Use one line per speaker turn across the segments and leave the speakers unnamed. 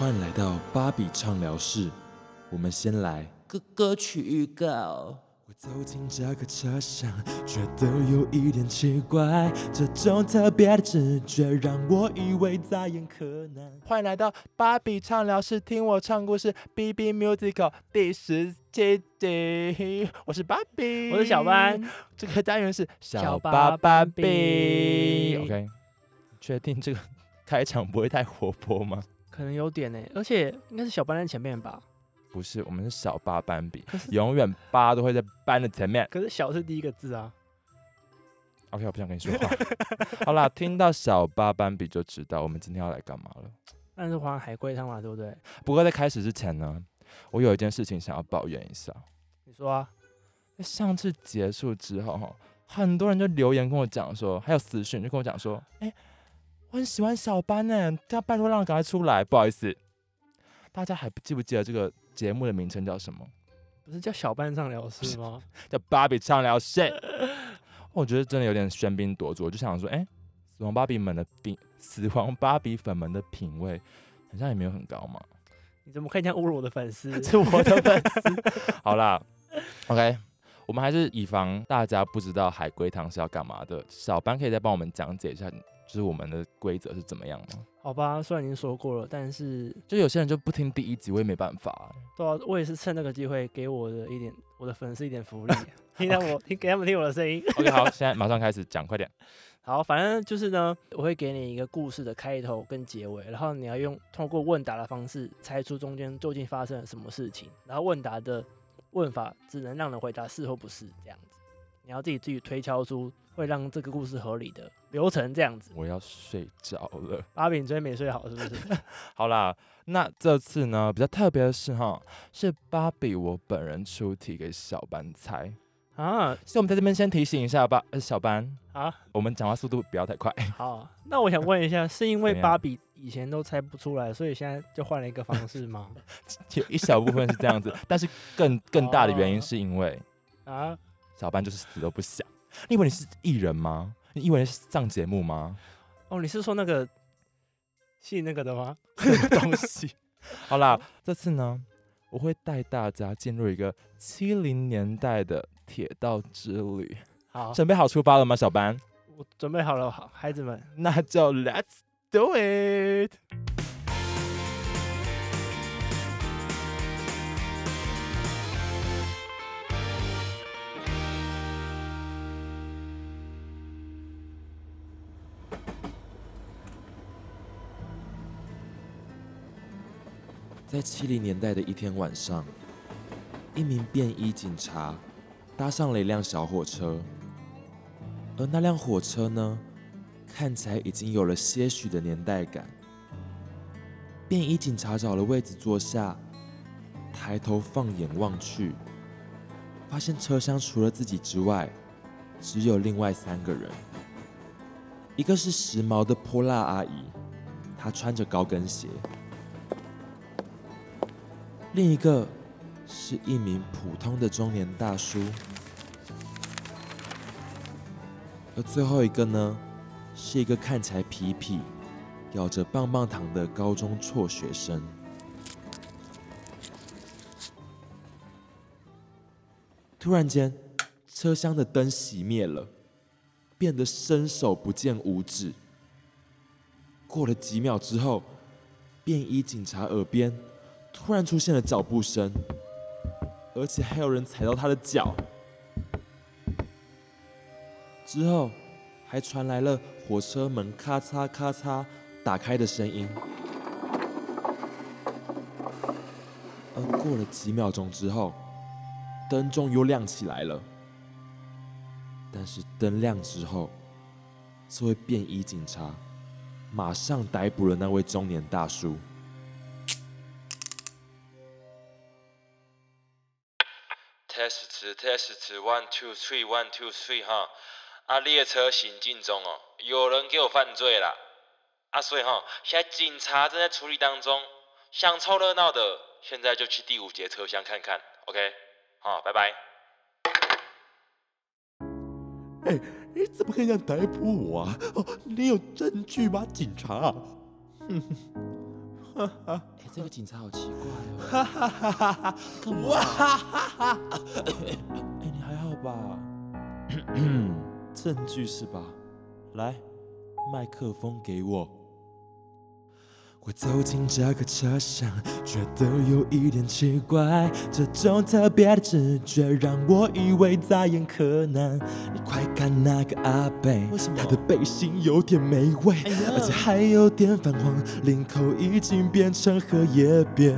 案来到芭比畅聊室，我们先来
歌歌曲预告。
我走进这个车厢，觉得有一点奇怪，这种特别的直觉让我以为在演柯南。
欢迎来到芭比畅聊室，听我唱故事，B B Musical 第十七集。我是芭比，
我是小班。
这个单元是
小
小
巴
巴
芭
芭
比
比。OK，你 确定这个开场不会太活泼吗？
可能有点呢、而且应该是小班在前面吧。
不是，我们是小巴芭比
可，是
永远巴都会在班的前面。
可是小是第一个字啊。
OK，我不想跟你说话。 好啦，听到小巴芭比就知道我们今天要来干嘛了。
但是花海龟汤嘛，对不对？
不过在开始之前呢，我有一件事情想要抱怨一下。
你说啊，
在上次结束之后，哈，很多人就留言跟我讲说，还有私讯就跟我讲说，哎、我很喜欢小班呢，他拜托让我赶快出来。不好意思，大家还记不记得这个节目的名称叫什么？
不是叫小班上聊是吗？
叫《芭比畅聊室》。我觉得真的有点喧宾夺主，我就想说，哎、死亡芭比们的品，死亡芭比粉们的品味，好像也没有很高嘛。
你怎么可以这样侮辱我的粉丝？
是我的粉丝。 好啦，OK，我们还是以防大家不知道海龟汤是要干嘛的，小班可以再帮我们讲解一下，就是我们的规则是怎么样吗？
好吧，虽然已经说过了，但是
就有些人就不听第一集，我也没办法欸、
对啊，我也是趁这个机会给我的一点我的粉丝一点福利，听到我听给他们听我的声音。
OK，好，现在马上开始讲，快点。
好，反正就是呢，我会给你一个故事的开头跟结尾，然后你要用通过问答的方式猜出中间究竟发生了什么事情，然后问答的问法只能让人回答是或不是这样子，你要自己自己推敲出会让这个故事合理的流程这样子。
我要睡着了。
芭比，你昨天没睡好是不是？
好啦，那这次呢比较特别的是哈，是芭比我本人出题给小班猜，
啊
所以我们在这边先提醒一下吧，呃，小班，
啊，
我们讲话速度不要太快。
好，那我想问一下，是因
怎
为
么样
芭比以前都猜不出来，所以现在就换了一个方式吗？
有一小部分是这样子，但是更更大的原因
哦
是因为
啊，
小班就是死都不想。你以为你是艺人吗？你以为你是上节目吗？
哦，你是说那个信那个的吗？
什么东西？好啦，这次呢，我会带大家进入一个七零年代的铁道之旅。
好，
准备好出发了吗，小班？
我准备好了，好孩子们。
那就 Let's do it。
在七零年代的一天晚上，一名便衣警察搭上了一辆小火车，而那辆火车呢，看起来已经有了些许的年代感。便衣警察找了位置坐下，抬头放眼望去，发现车厢除了自己之外，只有另外三个人。一个是时髦的泼辣阿姨，她穿着高跟鞋。另一个是一名普通的中年大叔，而最后一个呢，是一个看起来痞痞、咬着棒棒糖的高中辍学生。突然间，车厢的灯熄灭了，变得伸手不见五指。过了几秒之后，便衣警察耳边突然出现了脚步声，而且还有人踩到他的脚。之后，还传来了火车门咔嚓咔嚓打开的声音。而过了几秒钟之后，灯终于又亮起来了。但是灯亮之后，这位便衣警察马上逮捕了那位中年大叔。
test 值 test 值 one two three one two three 哈，啊列车行进中哦，有人给我犯罪啦，啊所以哈，现在警察正在处理当中，想凑热闹的现在就去第五节车厢看看，OK，好，拜拜。
你怎么可以这样逮捕我啊？哦，你有证据吗，警察？哼哼，
哎、这个警察好奇怪哦。干嘛啊？ 哎、你还好 吧？证据是吧？来，麦克风给我。我走进这个车厢，觉得有一点奇怪，这种特别的直觉让我以为在演柯南。你快看那个阿贝，为什么他的背心有点霉味，
哎
而且还有点泛黄，领口已经变成荷叶边。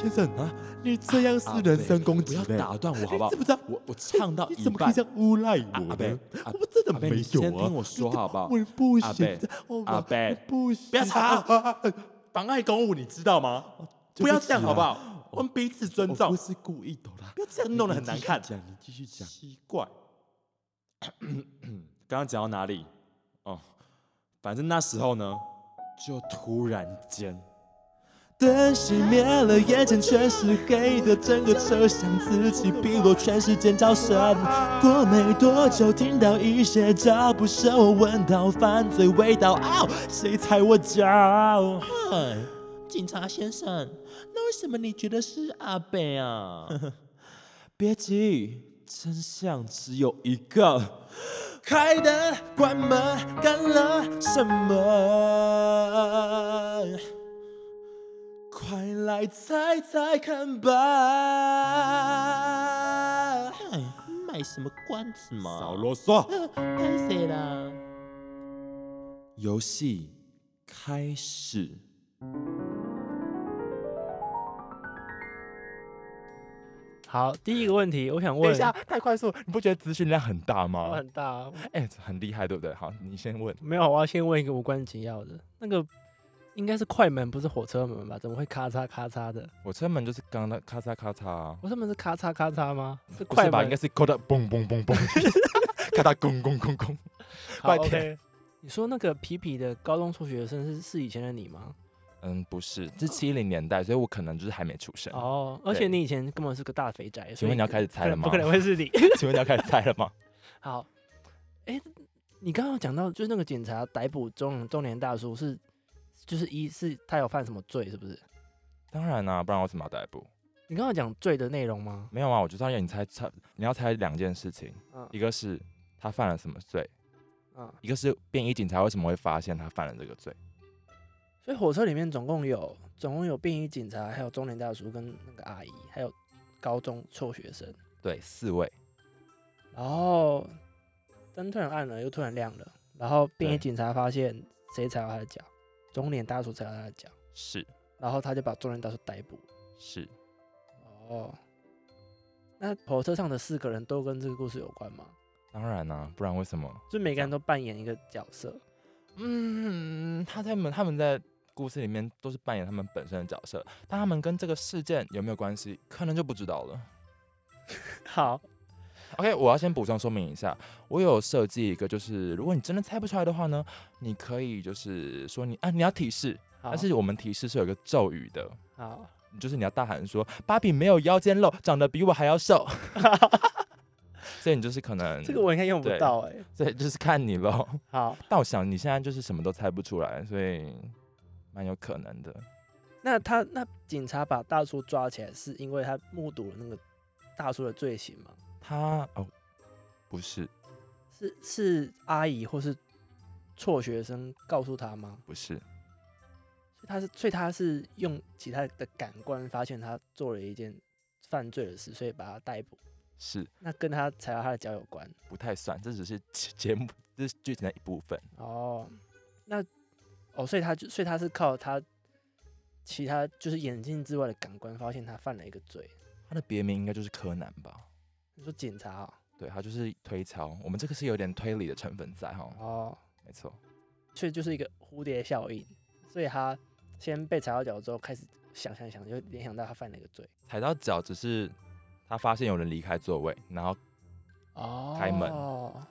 先生
啊
啊，你这样是
阿
人
贝
身攻
不
击
要
嘞！
打断我好不好？
你知不知道
我我唱到
你
一
怎么可以
半
这，样诬赖
啊阿
我
贝
呢？
阿
我真的
阿贝
没有
你
啊！
先听我说
你怎么
好不好
我不
阿
行
贝
的，我
阿贝
不行，
不要吵
啊啊啊啊
妨碍公务，你知道吗？
对不
不
起啊
要这样好不好？我们彼此尊
我
重
不，是故意的啦，
不要这样弄得很难看
你继。续讲，你继续讲。
奇怪，
刚刚讲到哪里？哦，反正那时候呢，就突然间，灯熄灭了，眼前全是黑的，整个车厢自己碧落，全是尖叫声。过没多久，听到一些脚步声，我闻到犯罪味道，啊、谁踩我脚？
哎，警察先生，那为什么你觉得是阿贝啊？
别急，真相只有一个。开灯，关门，干了什么？快来猜猜看吧！
哎，卖什么关子嘛？
少啰嗦。
拍谁啦？
游戏开始。
好，第一个问题，我想
等
问
一，下，太快速，你不觉得资讯量很大吗
我？很大，啊
哎、很厉害，对不对？好，你先问。
没有，我要先问一个无关紧要的，那个应该是快门，不是火车门吧？怎么会咔嚓咔嚓的？
我车门就是刚刚那咔嚓咔嚓啊，
火车门是咔嚓咔嚓吗？是
不
快
是吧？
门，
应该是咔嗒嘣嘣嘣 嘣，咔嗒咣咣咣咣。
好
快点
OK 你说那个皮皮的高中辍学生是是以前的你吗？
嗯，不是，这七零年代，所以我可能就是还没出生。
哦，而且
对
你以前根本是个大肥宅，所
请
以
问你要开始猜了吗？
不可能会是你。
请问你要开始猜了吗？
好，哎、你刚刚讲到就是那个警察逮捕中中年大叔是，就是一是他有犯什么罪，是不是？
当然啊啦、不然我怎么要逮捕？
你刚刚讲罪的内容吗？
没有啊，我就是要让你猜猜，你要猜两件事情，
嗯
一个是他犯了什么罪，
嗯，
一个是便衣警察为什么会发现他犯了这个罪。
所以火车里面总共有总共有便衣警察，还有中年大叔跟那个阿姨，还有高中辍学生。
对，四位，
然后灯突然暗了，又突然亮了，然后便衣
对
警察发现谁踩到他的脚，中年大叔踩到他的脚，
是
然后他就把中年大叔逮捕。
是，
哦，那火车上的四个人都跟这个故事有关吗？
当然啦、不然为什么？
就每个人都扮演一个角色。
嗯，他在们他们在故事里面都是扮演他们本身的角色，但他们跟这个事件有没有关系，可能就不知道了。
好，
OK，我要先补充说明一下，我有设计一个，就是如果你真的猜不出来的话呢，你可以就是说你啊，你要提示，
好，
但是我们提示是有一个咒语的，
好，
就是你要大喊说芭比没有腰间肉，长得比我还要 瘦，所以你就是可能
这个我应该用不
对
到哎、
所以就是看你喽。
好，
但我想你现在就是什么都猜不出来，所以蛮有可能的。
那他那警察把大叔抓起来，是因为他目睹了那个大叔的罪行吗？
他哦，不是
是是阿姨或是辍学生告诉他吗？
不是，
所以他是，所以他是用其他的感官发现他做了一件犯罪的事，所以把他逮捕。
是
那跟他踩到他的脚有关
不太算，这只是节节目这是剧情的一部分。
哦。那哦，所以他就，所以他是靠他其他就是眼睛之外的感官发现他犯了一个罪。
他的别名应该就是柯南吧？
你说警察哦，
对，他就是推敲。我们这个是有点推理的成分在哈，
哦，
没错，
所以就是一个蝴蝶效应，所以他先被踩到脚之后，开始想想想，就联想到他犯了一个罪。
踩到脚只是他发现有人离开座位，然后
哦
开门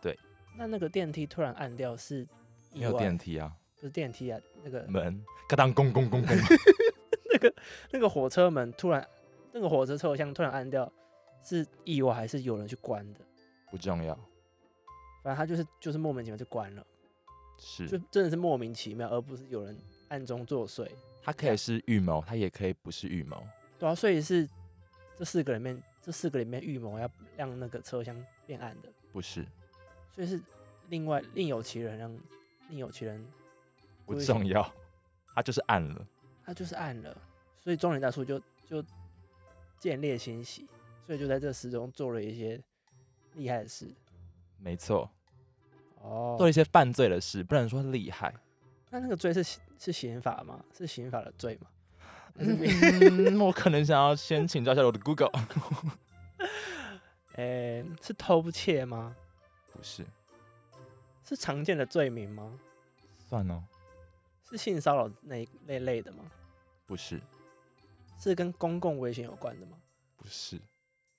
对。
那那个电梯突然按掉是
没
意
有
外
电，嗯梯啊，
不是电梯啊，那个
门咔当咣咣 咣咣，
那个那个火车门突然，那个火车车厢突然按掉，是意外还是有人去关的？
不重要，
反正他就是就是莫名其妙就关了，就是
嗯
真的是莫名其妙，而不是有人暗中作祟。
它可以是预谋，它也可以不是预谋。
对啊，所以是这四个里面，这四个里面预谋要让那个车厢变暗的，
不是，
所以是另外另有其人让另有其人，
不
对
重要，它就是暗了。
他就是暗了，所以中年大叔就就见猎心喜，所以就在这时中做了一些厉害的事。
没错，
哦
做了一些犯罪的事，不能说厉害。
那那个罪是刑是刑法吗？是刑法的罪吗？还是民
嗯，我可能想要先请教一下我的 Google。
诶、是偷窃吗？
不是，
是常见的罪名吗？
算哦，
是性骚扰那一那类的吗？
不是，
是跟公共危险有关的吗？
不是，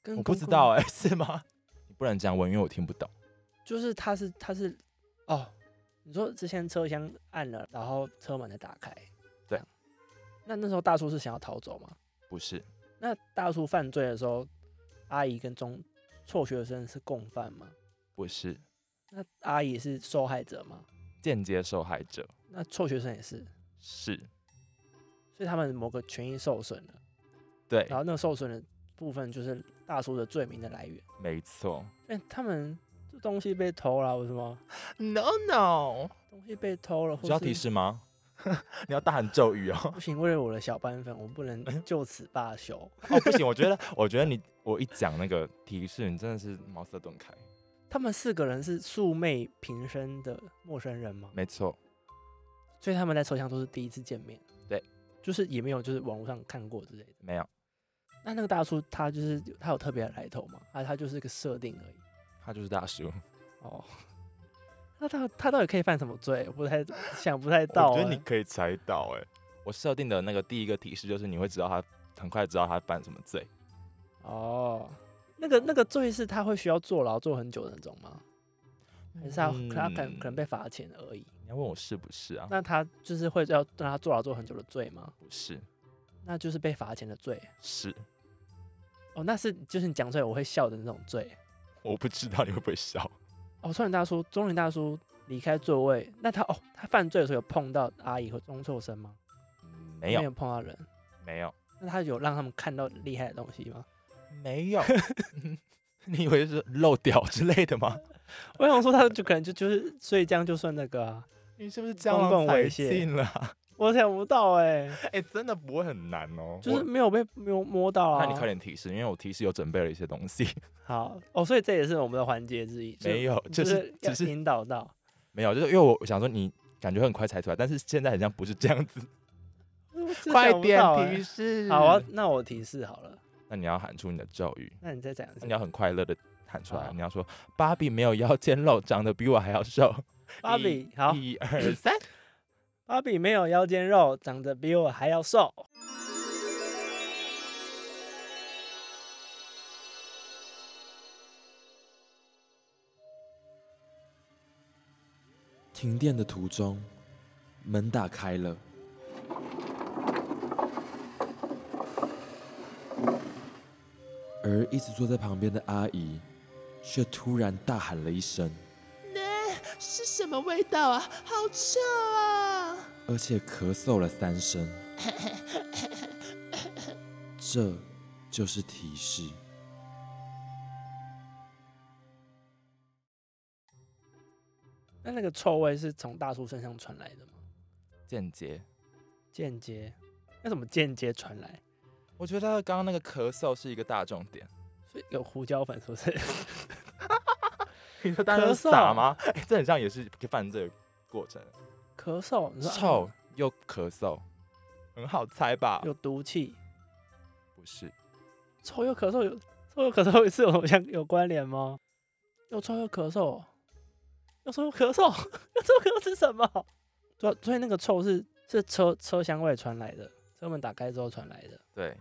跟
我
公
不知
共
道哎、是吗？你不能这样问，因为我听不懂。
就是它是它是哦，你说之前车厢按了，然后车门才打开，
对
这样。那那时候大叔是想要逃走吗？
不是，
那大叔犯罪的时候，阿姨跟中辍学生是共犯吗？
不是，
那阿姨是受害者吗？
间接受害者
那辍学生也是，
是
所以他们某个权益受损了，
对
然，后那个受损的部分就是大叔的罪名的来源。
没错。
哎、他们这东西被偷了，为什么
No no，
东西被偷了？或
需要
是
提示吗？ 你要大喊咒语哦。
不行，为了我的小班粉，我不能
哎
就此罢休。
哦，不行，我觉得，我觉得你我一讲那个提示，你真的是茅塞顿开。
他们四个人是素昧平生的陌生人吗？
没错，
所以他们在车厢都是第一次见面。
对，
就是也没有就是网络上看过之类的。
没有，
那那个大叔他就是他有特别的来头吗？啊，他就是个设定而已。
他就是大叔。
哦， 那他他到底可以犯什么罪？我不太想不太到、
我觉
欸。
得你可以猜到、哎，我设定的那个第一个提示就是你会知道他很快知道他犯什么罪，
哦，那个那个罪是他会需要坐牢坐很久的那种吗？还是他、
嗯
他可能可能被罚钱而已？
你要问我是不是啊？
那他就是会要让他坐牢坐很久的罪吗？
不是，
那就是被罚钱的罪。
是
哦，那是就是你讲出来我会笑的那种罪。
我不知道你会不会笑。
哦，中年大叔，中年大叔离开座位，那他哦，他犯罪的时候有碰到阿姨和中辍生吗？
没有，
碰到人。
没有，
那他有让他们看到厉害的东西吗？
没有。 你以为是漏屌之类的吗？
我想说，他就可能就就是，所以这样就算那个啊，
你是不是
公共
才
猥亵
进了 啊？
我想不到哎、
哎、真的不会很难哦。
就是
我，
没有被没有摸到啊。
那你快点提示，因为我提示有准备了一些东西。
好哦，所以这也是我们的环节之一。就
没有，就
就是要
只是
引 导到，
没有，就是因为我想说你感觉很快猜出来，但是现在好像不是这样子。
我真的
快
想不
点
到 欸
提示。
好啊，那我提示好了，
那你要喊出你的咒语，
那你再讲一
那
次
你。要很快乐的喊出来。
好
你要说：“芭比没有腰间肉，长得比我还要瘦。”
芭比好，
一二三，
芭比没有腰间肉，长得比我还要瘦。
停电的途中，门打开了，而一直坐在旁边的阿姨却突然大喊了一声，
是什么味道啊？好臭啊！
而且咳嗽了三声。这就是提示。
那那个臭味是从大叔身上传来的吗？
间接。
间接，那怎么间接传来？
我觉得刚刚那个咳嗽是一个大重 点。
所以有胡椒粉是不 是？
你说当时
咳嗽
傻吗？ 哎这很像也是一个犯罪的过程，
咳嗽，你说啊
臭啊又咳嗽，很好猜吧？
有毒气，
不是，
臭又咳嗽有臭又咳嗽是有相有关联吗？又臭又咳嗽，又臭又咳嗽，又臭又咳嗽是什么？对啊，所以那个臭是是车车厢外传来的，车门打开之后传来的，
对，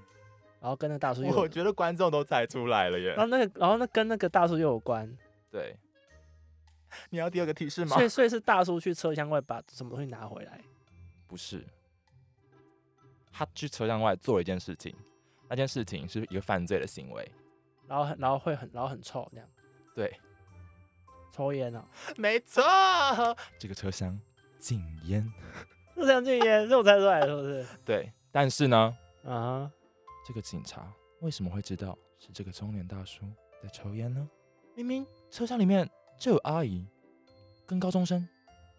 然后跟那个大叔又有
我觉得观众都猜出来了耶
然。后那个然后那跟那个大叔又有关，
对，你要第二个提示吗
所？以所以是大叔去车厢外把什么东西拿回来，
不是，他去车厢外做了一件事情，那件事情是一个犯罪的行为。
然后很然后会很然后很臭这样，
对，
抽烟哦，
没错，这个车厢禁烟。
陆祥俊耶，是我猜出来的，是不 是？
对，但是呢，
啊哈，
这个警察为什么会知道是这个中年大叔在抽烟呢？明明车厢里面就有阿姨跟高中生，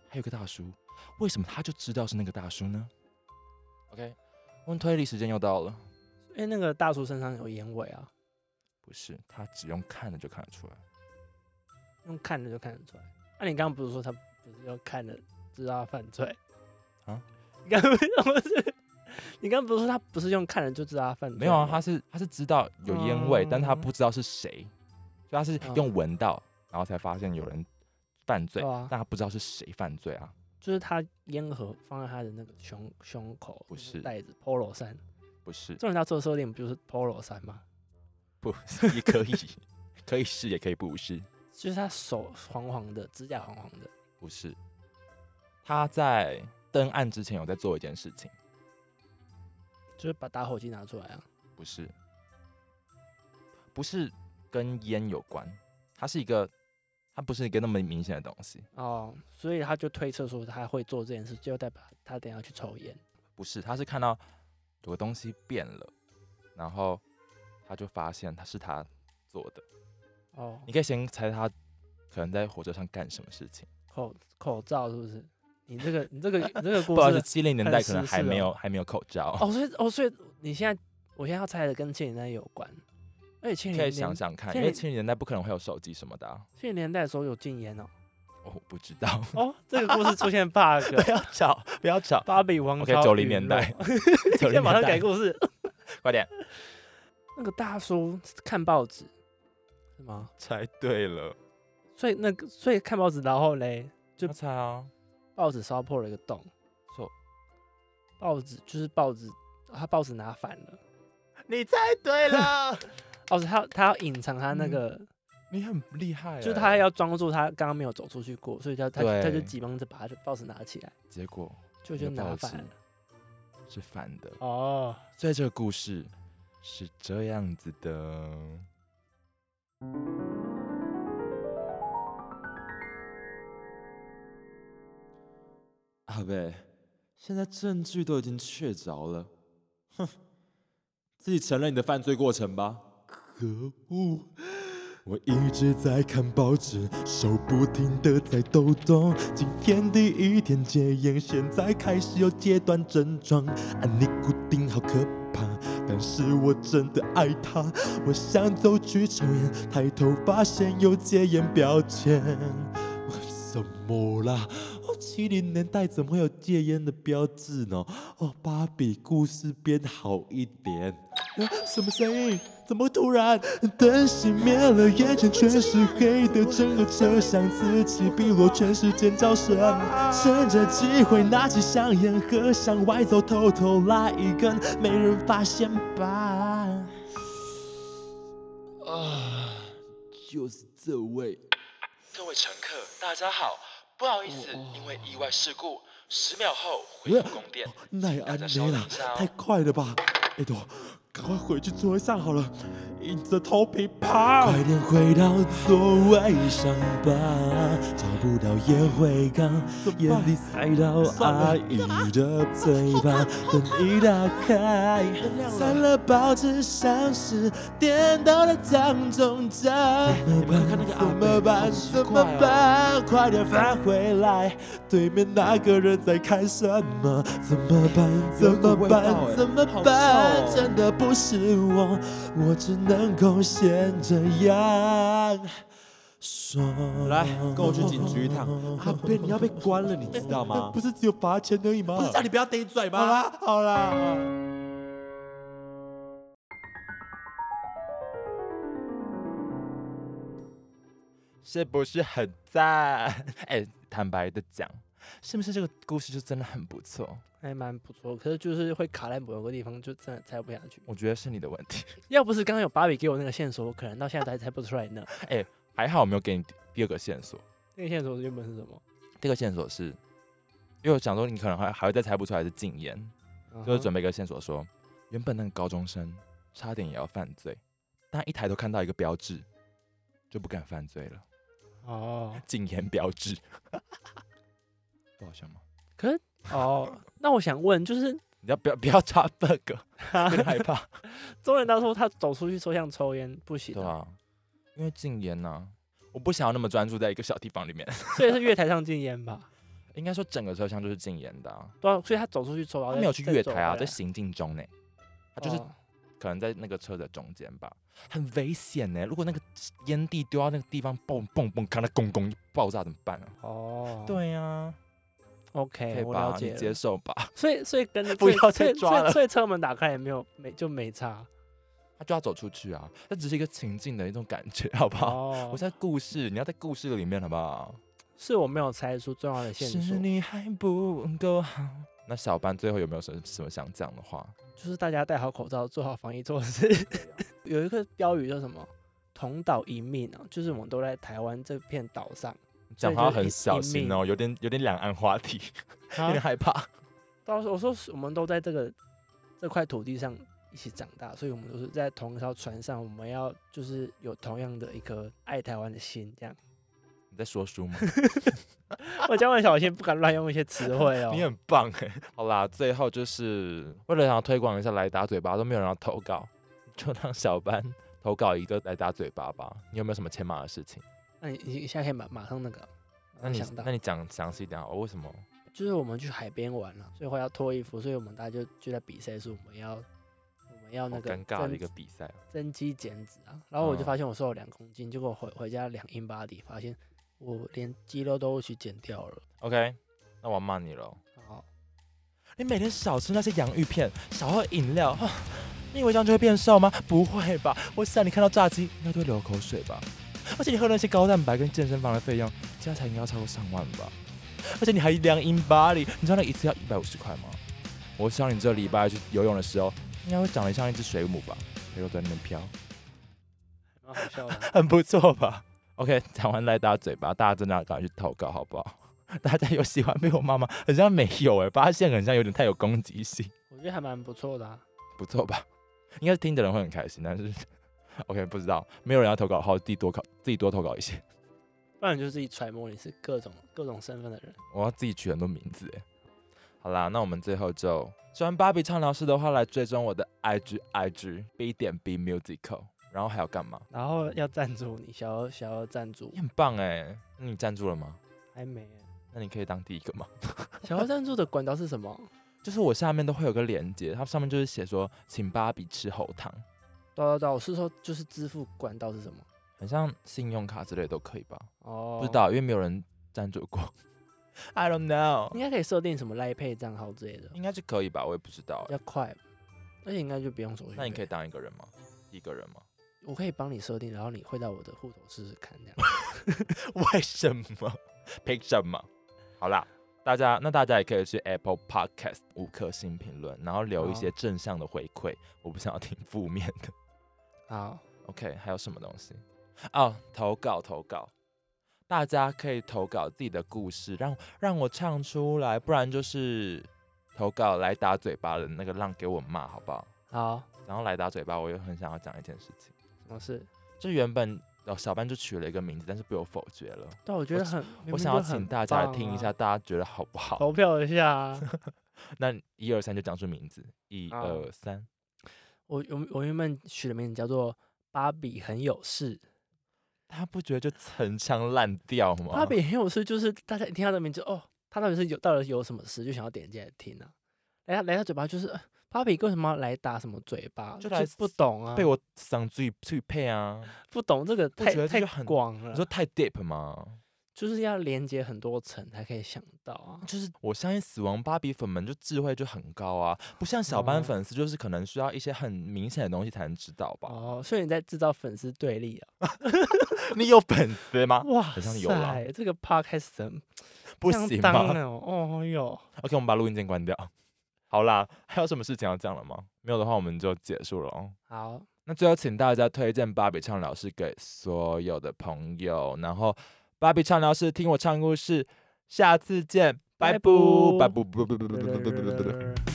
还有个大叔，为什么他就知道是那个大叔呢？OK，我们推理时间又到了，
因为那个大叔身上有烟味啊，
不是他只用看了就看得出来，
用看着就看得出来。那、你刚刚不是说他不是要看着知道他犯罪
啊？
你刚刚为什么是？你刚刚不是说他不是用看着就知道他犯罪吗？
没有啊，他是他是知道有烟味，但他
嗯
不知道是谁，所以他是
嗯
用闻到，然后才发现有人犯罪，
对啊
但他不知道是谁犯罪啊。
就是他烟盒放在他的那个胸胸口，
不是
袋子 polo 衫。
不是，
重点他做的设定不就是 polo 衫吗？
不是，也可以， 可以是，也可以不是，
就是他手黄黄的，指甲黄黄的，
不是。他在登岸之前有在做一件事情，
就是把打火机拿出来啊。
不是，不是跟烟有关，它是一个，它不是一个那么明显的东西，
哦，所以他就推测说他会做这件事，就代表他等一下去抽烟。
不是，他是看到有个东西变了，然后他就发现他是他做的。
哦，
你可以先猜他可能在火车上干什么事情。
口口罩是不是？你这个 你这个你这个故
不好意思，
事
七零年
很
代可能
时
还
事
没
哦
有还没有口罩，
哦，所以哦，所以你现在我现在要猜的跟七零年代有关，而且七零
可以
年
想想看，
现
因
在
为七零年代不可能会有手机什么的、啊。
七零年代的时候有禁烟哦。
哦我不知 道，
哦，这个故事出现 bug，
不要吵，不要吵。
芭比王
啊 OK，
朝
九零
陨
年
落
代，， 九
现在
零
马上
年
改
代，
故事。
快点，
那个大叔看报纸是吗？
猜对了，
所以那个所以看报纸，然后嘞，
就猜啊，
报纸烧破了一个洞，
错，
报纸就是报纸，啊他报纸拿反了，
你猜对了，
哦，是他他要隐藏他那
嗯
个，
你很厉害欸，
就是他要装作他刚刚没有走出去过，所以他他他就
对
急忙着把他报纸拿起来，
结果
就
那
就
个
拿
报
反
纸
了。
是反的，
哦，
所以这个故事是这样子的。
阿贝，现在证据都已经确凿了，哼，自己承认你的犯罪过程吧。
可恶！我一直在看报纸，手不停的在抖动。今天第一天戒烟，现在开始有戒断症状。按尼古丁好可怕，但是我真的爱它。我想走去抽烟，抬头发现有戒烟标签。为什么啦？哦，七零年代怎么会有戒烟的标志呢？哦，芭比故事编好一点。啊什么声音？怎么突然灯熄灭了，眼前全是黑的，整个车厢此起彼落，全是尖叫声。趁着机会拿起香烟和向外走，偷偷来一根，没人发现吧？啊，就是这位。
各位乘客，大家好，不好意
哦
思，因为意外事故，十秒后回
呃
复供电。
奈安
大家稍
妮
等
啦
一下，哦
太快了吧！哎朵，赶快回去座位上好了，硬着头皮爬。快点回到座位上吧，找不到烟灰缸，眼里塞到阿姨的嘴巴，等你打开，散了报纸像是颠倒的掌中针。怎么办？怎么办？怎么办？快点返回来！对面那个人在看什么？怎么办？怎么办？怎么办？真的不是我，我只能够先这样说。
来，跟我去警局一趟。
啊
阿贝，你要被关了，你知道
那
吗
不？是只有罚钱而已吗？
不是叫你不要顶嘴
好
吗？
啦，好啦。好啦
是不是很赞？ 哎、坦白的讲，是不是这个故事就真的很不错？
还蛮不错，可是就是会卡在某个地方，就真的猜不下去。
我觉得是你的问题，
要不是刚刚有芭比给我那个线索，我可能到现在还猜不出来呢。
还好我没有给你第第二个线索。
那个线索原本是什么？
第二个线索是，因为我想说你可能还还会再猜不出来是禁烟，就是准备一个线索说，原本那个高中生差点也要犯罪，但一抬头看到一个标志，就不敢犯罪了，
哦，
禁烟标志，不好笑吗？
可是 哦，那我想问，就是
你要不要不要插 bug？有哦点害怕，
周仁达说他走出去抽象抽烟不行
对
啊、
啊，因为禁烟呐、我不想要那么专注在一个小地方里面。
所以是月台上禁烟吧？
应该说整个车厢就是禁烟的、啊，
对啊，所以他走出去抽，然
他
后
没有去月台啊，在
在
行进中呢，他就是
哦
可能在那个车的中间吧，很危险呢。如果那个烟蒂丢到那个地方，蹦蹦蹦，看它咣咣爆炸怎么办啊？
哦，
对呀，可
，OK，
以
哎我了
吧？
解
你
了
接受吧？
所以所以跟
不要
所以
再抓
所以所
了
以所以车门打开也没有没就没差。
他就要走出去啊，那只是一个情境的一种感觉，好不好？
哦，
我在故事，你要在故事里面，好不好？
是我没有猜出重要的线
是
索，
你还不够好。那小班最后有没有什什么想讲的话？
就是大家戴好口罩，做好防疫措施。 有一个标语叫什么“同岛一命”啊，就是我们都在台湾这片岛上。
讲
对
话
就是一啊
很小心哦，有点有点两岸话题， 有点害怕。
到时候我说是我们都在这个这块土地上一起长大，所以我们都是在同一艘船上，我们要就是有同样的一颗爱台湾的心。这样，
你在说书吗？
我讲话很小心，不敢乱用一些词汇哦。
你很棒哎、好啦，最后就是为了想要推广一下来打嘴巴，都没有人要投稿， 就让小班投稿一个来打嘴巴吧。你有没有什么牵马的事情？
那你你现在可以马马上那个，
那你
想到
那你讲详细一点好了，为什么？
就是我们去海边玩了，所以会要脱衣服，所以我们大家就就在比赛说我们要我们要那
好
个
尴尬的
增
一个比赛哦，
增肌减脂啊。然后我
嗯
就发现我瘦了两公斤，结果回回家量 in body，发现我连肌肉都一起减掉了。
OK，那我要骂你 了。
好，
你每天少吃那些洋芋片，少喝饮料，啊你以为这样就会变瘦吗？不会吧！我想你看到炸鸡应该都会流口水吧？而且你喝那些高蛋白跟健身房的费用，加起来应该要超过上万吧？而且你还量 in body，你知道那一次要一百五十块吗？我想你这礼拜去游泳的时候，应该会长得像一只水母吧？肥肉在那边飘，
蛮好笑的啊。
很不错吧？OK，讲完赖大家嘴巴，大家真的要赶快去投稿好不好？ 大家有喜欢被我骂吗？很像没有哎、发现很像有点太有攻击性。
我觉得还蛮不错的、啊。
不错吧？应该听的人会很开心，但是 OK 不知道，没有人要投稿的话，自己多考，自己多投稿一些。
不然你就自己揣摩你是各种各种身份的人。
我要自己取很多名字哎。好啦，那我们最后就喜欢芭比畅聊室的话，来追踪我的 IG IG B 点 B Musical，然后还要干嘛？
然后要赞助你，想要想要赞助
你，很棒哎，那你赞助了吗？
还没。
那你可以当第一个吗？
想要赞助的管道是什 么？
就是我下面都会有个链接，它上面就是写说请芭比吃喉糖，
对对对，我是说就是支付管道是什么？
很像信用卡之类都可以吧？
哦，
不知，道，因为没有人赞助过。I don't know，
应该可以设定什么赖配账号之类的，
应该是可以吧？我也不知道欸
比。较快，而且应该就不用手续费。
那你可以当一个人吗？一个人吗？
我可以帮你设定，然后你汇到我的户头试试看，这样。
为什么？ 凭什么？好啦，大家那大家也可以去 Apple Podcast 五颗星评论，然后留一些正向的回馈。我不想要听负面的。
好，
OK，还有什么东西？哦，投稿投稿，大家可以投稿自己的故事，让让我唱出来，不然就是投稿来打嘴巴的那个浪给我骂，好不好？
好，
然后来打嘴巴，我又很想要讲一件事情。
什么事？
就原本哦，小班就取了一个名字，但是被我否决了。
但我觉得很，明
我
明
想要
就很
请大家来
棒
听一
啊
下，，大家觉得好不好？
投票一下啊。
那一二三就讲出名字，一
啊
二三，
我我我原本取的名字叫做芭比很有事。
大家不觉得就陈腔滥调吗？
芭比很有事，就是大家一听他的名字，哦，他到底是有到底有什么事，就想要点进来听啊。来他来他嘴巴就是呃芭比为什么要来打什么嘴巴，
就
就
来
不懂啊，
被我上最最配啊！
不懂这个
觉
太
得这
太
就很
广
你
了，
说太 deep 吗？
就是要连接很多层才可以想到啊。
就是我相信死亡芭比粉们就智慧就很高啊，不像小班
哦
粉丝就是可能需要一些很明显的东西才能知道吧？
哦，所以你在制造粉丝对立啊！
你有粉丝 吗？
哇
好啊像有啦
塞，这个 podcast 怎么
不
这样
行
当
吗
呢哦哟，
？OK，我们把录音键关掉。好啦，还有什么事情要讲了吗？没有的话，我们就结束了哦。
好，
那最后，请大家推荐芭比畅聊室给所有的朋友，然后芭比畅聊室听我唱故事，下次见，拜拜
拜拜
拜拜拜拜拜拜拜拜拜。
拜拜